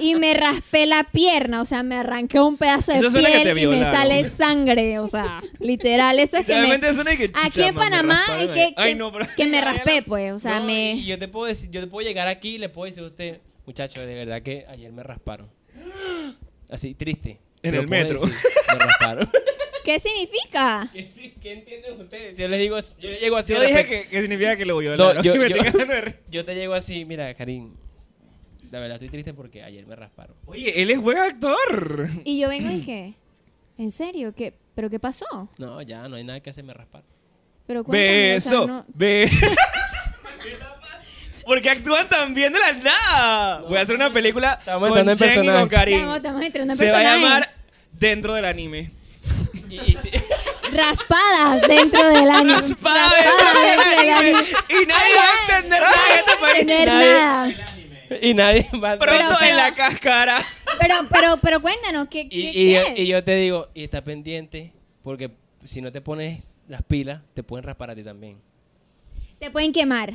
y me raspé la pierna, o sea, me arranqué un pedazo de
Eso suena que te
piel y me
violaron.
sale sangre, o sea, literal, eso es que me...
Realmente suena que,
Aquí
chucha,
en
man, me
Panamá
rasparon
es
ahí.
que,
Ay,
que-
no, pero-
que me raspé, pues, o sea,
No,
me...
y yo te puedo decir, yo te puedo llegar aquí y le puedo decir a usted, muchacho, de verdad que ayer me rasparon. (gasps) Así, triste.
En
Te lo
el
puedo
metro.
decir,
(laughs)
me rasparon.
¿Qué significa?
(laughs) ¿Qué, sí- qué entienden ustedes? Yo les digo, así- yo les llego así.
Yo
de
dije
repente.
que, que significa que lo voy a
No,
hablar. (laughs)
yo-
me
yo-
estoy cagando de risa.
(laughs) Yo te llego así, mira, Karim, la verdad estoy triste porque ayer me rasparon.
Oye, él es buen actor.
Y yo vengo y dije, ¿en serio? ¿Qué? ¿Pero qué pasó?
No, ya, no hay nada que hacerme raspar.
Pero cuéntame, o sea,
Beso.
no-
Beso. (laughs) Porque actúan tan bien de la nada. Voy a hacer una película
Estamos
con
entrando en
Jen y con
personaje.
Karim.
Estamos, estamos entrando en
Se va a
personaje.
llamar Dentro del anime.
Y, y sí.
Raspadas dentro del anime.
Raspada
Raspadas
Dentro
dentro del anime.
Y nadie va a entender nada en este país.
Tener
Nadie-
nada.
(laughs) Y nadie va a...
Pronto
pero-
en la cáscara.
Pero, pero, pero cuéntanos, ¿qué,
y,
qué-
y
qué
yo,
es?
y yo te digo, y está pendiente, porque si no te pones las pilas, te pueden raspar a ti también.
Te pueden quemar.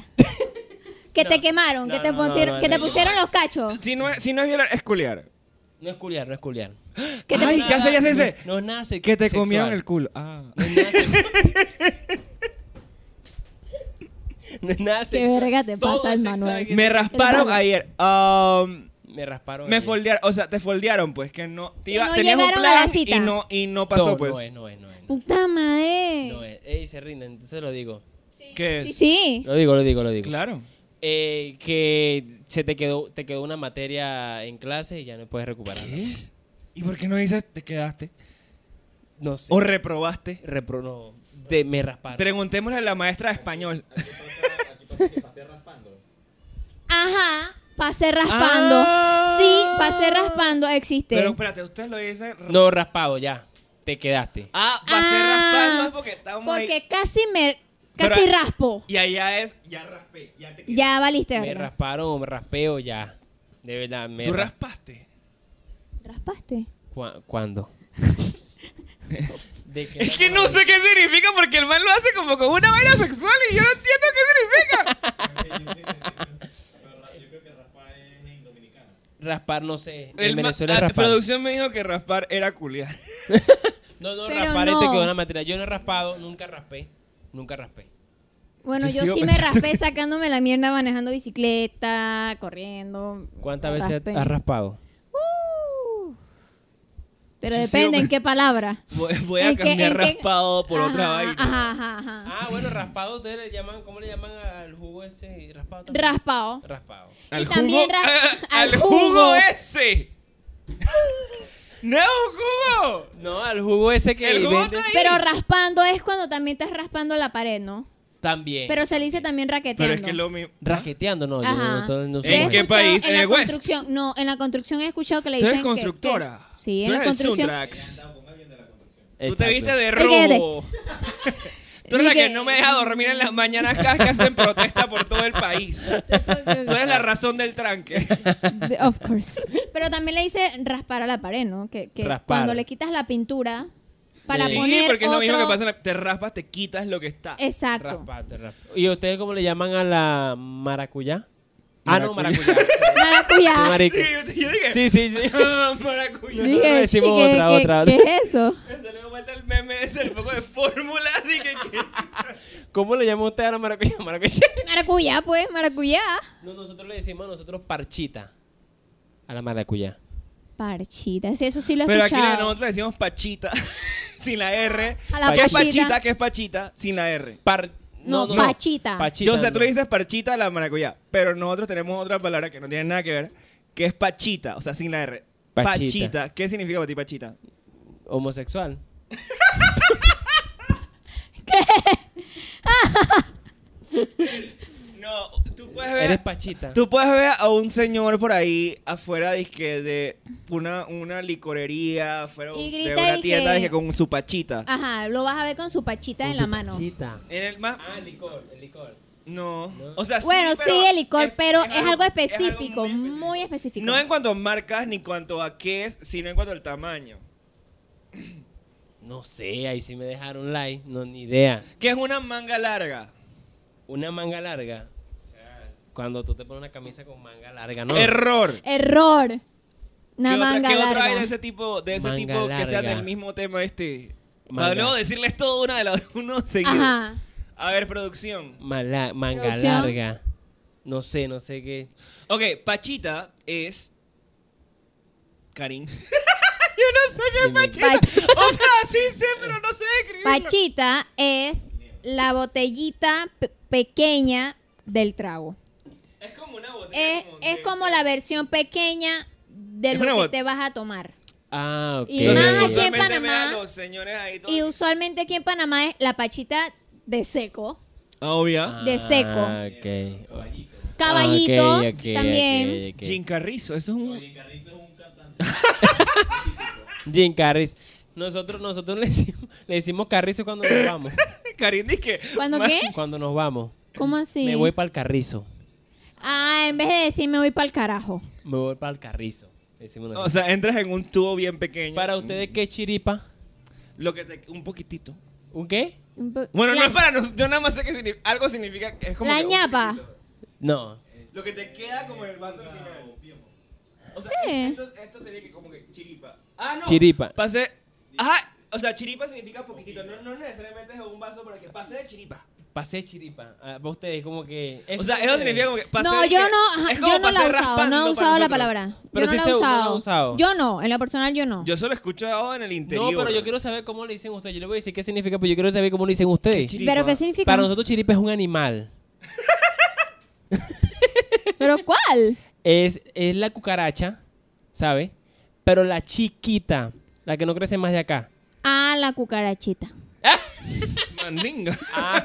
(laughs)
que te
No,
quemaron,
no,
que te,
no, no,
pusieron,
no,
que
no,
te
no.
pusieron los cachos.
Si no, es- si no es violar, es culiar.
No es culiar, no es culiar.
Que te
Ay,
pusieron-
ya sé, ya sé, ya sé.
No es nada sex-
Que te
sexual.
comieron el culo. Ah.
No es nada sex- No es nada
Qué
sexual.
verga te
Todo
pasa,
es
el
sexual
Manuel.
aquí.
Me rasparon ayer. Um,
Me rasparon.
Me
ayer.
foldearon, o sea, te foldearon, pues, que no. Te
Que
iba,
no
tenías un
llegaron a la
plan
cita.
Y no, y no
No,
pasó,
no
pues.
es, no es, no es, no es.
Puta madre.
No es. Ey, se rinden, entonces lo digo.
¿Qué es?
Sí, sí.
Lo digo, lo digo, lo digo.
Claro.
eh, que se te quedó, te quedó una materia en clase y ya no puedes recuperarla.
¿Qué? ¿Y por qué no dices te quedaste?
No sé.
¿O reprobaste?
Repro- no, de, me rasparon.
Preguntémosle a la maestra de español.
Aquí pasa, aquí pasa que pasé raspando.
Ajá, pasé raspando.
Ah.
Sí, pasé raspando existe.
Pero espérate, ustedes lo dicen. ra-
No, raspado, ya. Te quedaste.
Ah, pasé
Ah,
raspando es porque estamos ahí.
Porque casi me
Pero-
casi raspo.
Y allá es, ya raspé, ya te quedé.
Ya valiste.
Me
verga.
rasparon o me raspeo ya. De verdad, me
¿Tú
ras-
raspaste?
Raspaste.
¿Cuá- ¿Cuándo? ¿De qué
Es que no
estamos
sé qué significa porque el man lo hace como con una vaina sexual y yo no entiendo qué significa.
Pero ra- yo creo que raspar es en dominicana.
hablando? Raspar, no sé. (laughs) En
El ma-
Venezuela
ah,
es raspar.
producción me dijo que raspar era culiar.
No, no,
Pero
raspar
no.
y te quedó una materia. Yo no he raspado, nunca raspé. Nunca raspé.
Bueno,
Yo sigo
yo,
(laughs)
sí me
pensando
raspé sacándome la mierda manejando bicicleta, corriendo.
¿Cuántas
me
veces
raspé.
has raspado?
Uh. Pero
Yo
depende
sigo
en qué palabra.
Voy, voy a
¿En qué-
cambiar
en qué-
raspado por
Ajá,
otra vaina.
Ajá, ajá, ajá.
Ah, bueno, raspado, ustedes le llaman, ¿cómo le llaman al jugo ese raspado? también?
Raspado.
Raspado.
Y también ra-
(laughs) al,
al
jugo,
jugo.
ese.
(laughs)
no es un jugo.
No, al jugo ese que
El jugo
venden-
está ahí.
Pero raspando es cuando también estás raspando la pared, ¿no?
También.
Pero se le dice también raqueteando.
Eh. Pero es que lo ¿ah? mismo.
Raqueteando, no. yo
Ajá.
no- no- no
Yo
soy
he
¿En
bueno.
qué
escuchado-
país?
En,
¿En
la
el West?
construcción. No, en la construcción he escuchado que le
Tú
dicen
eres
que-
constructora.
que- sí,
Tú
en la
eres el
construcción.
Suntrax. Tú te
Exacto.
viste de
Fíjate.
rojo. (laughs) Tú eres la que
Dije-
no me deja dormir en las mañanas cada que hacen protesta por todo el país. Tú eres la razón del tranque.
De- Of course. Pero también le dice raspar a la pared, ¿no? Que, que
Raspar.
cuando le quitas la pintura para
sí,
poner
porque es lo mismo que
otro-
pasa. en la- Te raspas, te quitas lo que está.
Exacto.
Raspate, raspate. ¿Y ustedes cómo le llaman a la maracuyá? Ah, no,
Maracuyá.
maracuyá.
(laughs) Maracuyá.
(laughs)
Sí, marico.
Sí, yo, yo dije.
Sí, sí, sí. (laughs)
"Ah, maracuyá.
Nosotros
Dije,
decimos
"Chique,
otra,
¿qué,
otra,
qué
otra".
es eso?
Se le mata el meme ese, el poco de fórmula. (laughs) Dije que.
¿Cómo le llama usted a la maracuyá? Maracuyá.
Maracuyá, pues, maracuyá.
No, nosotros le decimos a nosotros parchita. A la maracuyá.
Parchita, sí, eso sí lo he
Pero aquí
escuchado.
nosotros decimos pachita (laughs) sin la R.
A la
¿Qué es
pachita.
pachita? ¿Qué es pachita sin la R?
Par...
No, pachita.
Pachita.
Yo, o sea, tú
no.
le dices parchita a la maracuyá, pero nosotros tenemos otra palabra que no tiene nada que ver, que es pachita, o sea, sin la R. Pachita.
Pachita.
¿Qué significa para ti pachita?
Homosexual.
No, tú puedes
Eres pachita.
Tú puedes ver a un señor por ahí afuera dizque, de una, una licorería, afuera
Y
de
grita,
una
dizque- Ah.
tienda dizque, con su pachita.
Ajá, lo vas a ver con su pachita en la mano.
Pachita.
En el más
Ah, licor, el licor.
No. O sea,
Bueno, sí,
pero
el licor, pero es, algo
es algo
específico, muy específico.
No en cuanto a marcas ni cuanto a qué es, sino en cuanto al tamaño.
No sé, ahí sí me dejaron like, no ni idea.
Que es una manga larga.
Una manga larga. o sea, Cuando tú te pones una camisa con manga larga, ¿no?
Error.
Error. Una
¿Qué otra-
manga
¿Qué otra hay
larga.
de ese tipo, de ese
Manga
tipo que sean
larga.
del mismo tema este? Para
Manga.
luego decirles todo una de las (laughs) uno seguido.
Ajá.
A ver, producción.
Mala- manga
Producción.
larga. No sé, no sé qué.
Ok, Pachita es. (laughs) Karim.
Dime.
Pach-
o sea, sí sé, pero no sé escribirlo.
pachita es la botellita pe- pequeña del trago.
Es como una botella.
Es, es
de-
como la versión pequeña de
Es
lo
una
que
bot-
te vas a tomar.
Ah, ok.
Y más Eh, aquí en
usualmente ve a
Panamá.
los señores ahí todos-
Y usualmente aquí en Panamá es la pachita de seco,
Obvia.
de seco.
Ah, ok.
caballito
Ok, Ah, ok, ok,
también.
ok.
Jim Carrizo, eso es un.
Oye, Carrizo es un cantante.
Jim Carris. Nosotros, nosotros (laughs) le decimos, le decimos carrizo cuando nos vamos.
(laughs) Karim dice.
¿Cuándo
ma-
qué?
Cuando nos vamos.
¿Cómo así?
Me voy para el carrizo.
ah, en vez de decir me voy para el carajo.
Me voy para el carrizo. Decimos
O
nosotros.
sea, entras en un tubo bien pequeño.
para ustedes, ¿qué chiripa?
Lo que te. Un poquitito.
¿Un qué?
Un po-
Bueno,
la,
no es para nosotros. Yo nada más sé que signi- algo significa. que Es como.
la
que un
ñapa.
No.
poquitito. Lo que te queda como en el
Ah,
vaso al final. O sea,
Sí.
esto, esto sería que como que chiripa. Ah, no.
Chiripa.
Pase. Ajá. O sea, chiripa significa poquitito. No, no necesariamente es un vaso, pero que pase de chiripa.
Pasé chiripa. Ah, Para ustedes, como que.
O sea, eso significa como que pase
No,
de
yo
que-
no, ajá,
es como
yo no la
pase
he usado,
raspando
no he
para
usado la
nosotros.
palabra.
Pero
yo
sí
no la
se-
he
uno la ha
usado.
usado.
Yo no, en la personal yo no.
Yo solo escucho ahora en el
No,
interior.
pero yo quiero saber cómo le dicen ustedes. Yo le voy a decir qué significa, pero yo quiero saber cómo le dicen ustedes.
chiripa?
Pero ¿qué significa?
Para nosotros chiripa es un animal.
¿Pero cuál?
Es, es la cucaracha, ¿sabe? Pero la chiquita, la que no crece más de acá.
Ah, la cucarachita.
(laughs)
Mandinga.
Ah,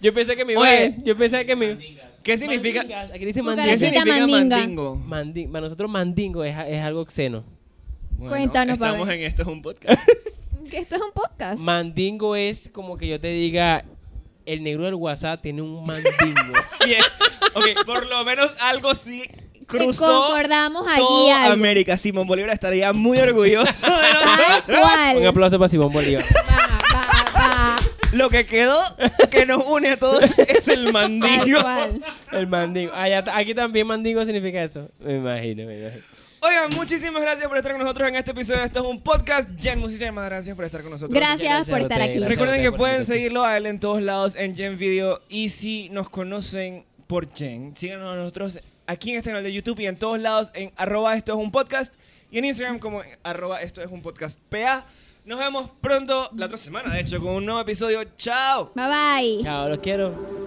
Yo pensé que me iba
Oye.
Yo pensé que me
¿Qué significa?
Mandingas, Aquí dice
¿Qué
Cucarachita
mandinga.
significa
mandinga.
mandingo?
Mandi- Para nosotros mandingo es, es algo xeno.
Bueno,
Cuéntanos, pa'
Estamos
ver.
en esto es un podcast. (laughs)
Que esto es un podcast.
Mandingo es como que yo te diga, el negro del WhatsApp tiene un
(laughs)
mandingo.
Bien. Ok, por lo menos algo sí
Que
cruzó
concordamos allí
toda
algo.
América. Simón Bolívar estaría muy orgulloso
(laughs)
de
Tal
nosotros.
un (laughs)
cual.
aplauso para Simón Bolívar.
Va, va, va.
Lo que quedó, que nos une a
(laughs)
todos, es el
Tal
mandingo.
cual.
El mandingo. Ah, ya ta- aquí también mandingo significa eso. Me imagino, me imagino.
Oigan, muchísimas gracias por estar con nosotros en este episodio. Esto es un podcast. Jen, muchísimas gracias por estar con nosotros.
Gracias por estar aquí.
Gracias.
Recuerden
a
que
ustedes por la
pueden
invitación.
seguirlo a él en todos lados en Gen Video. Y si nos conocen por Gen, síganos a nosotros aquí en este canal de YouTube y en todos lados en arroba esto es un podcast. Y en Instagram como en arroba esto es un podcast PA. Nos vemos pronto la otra semana, de hecho, con un nuevo episodio. ¡Chao!
Bye bye.
Chao, los quiero.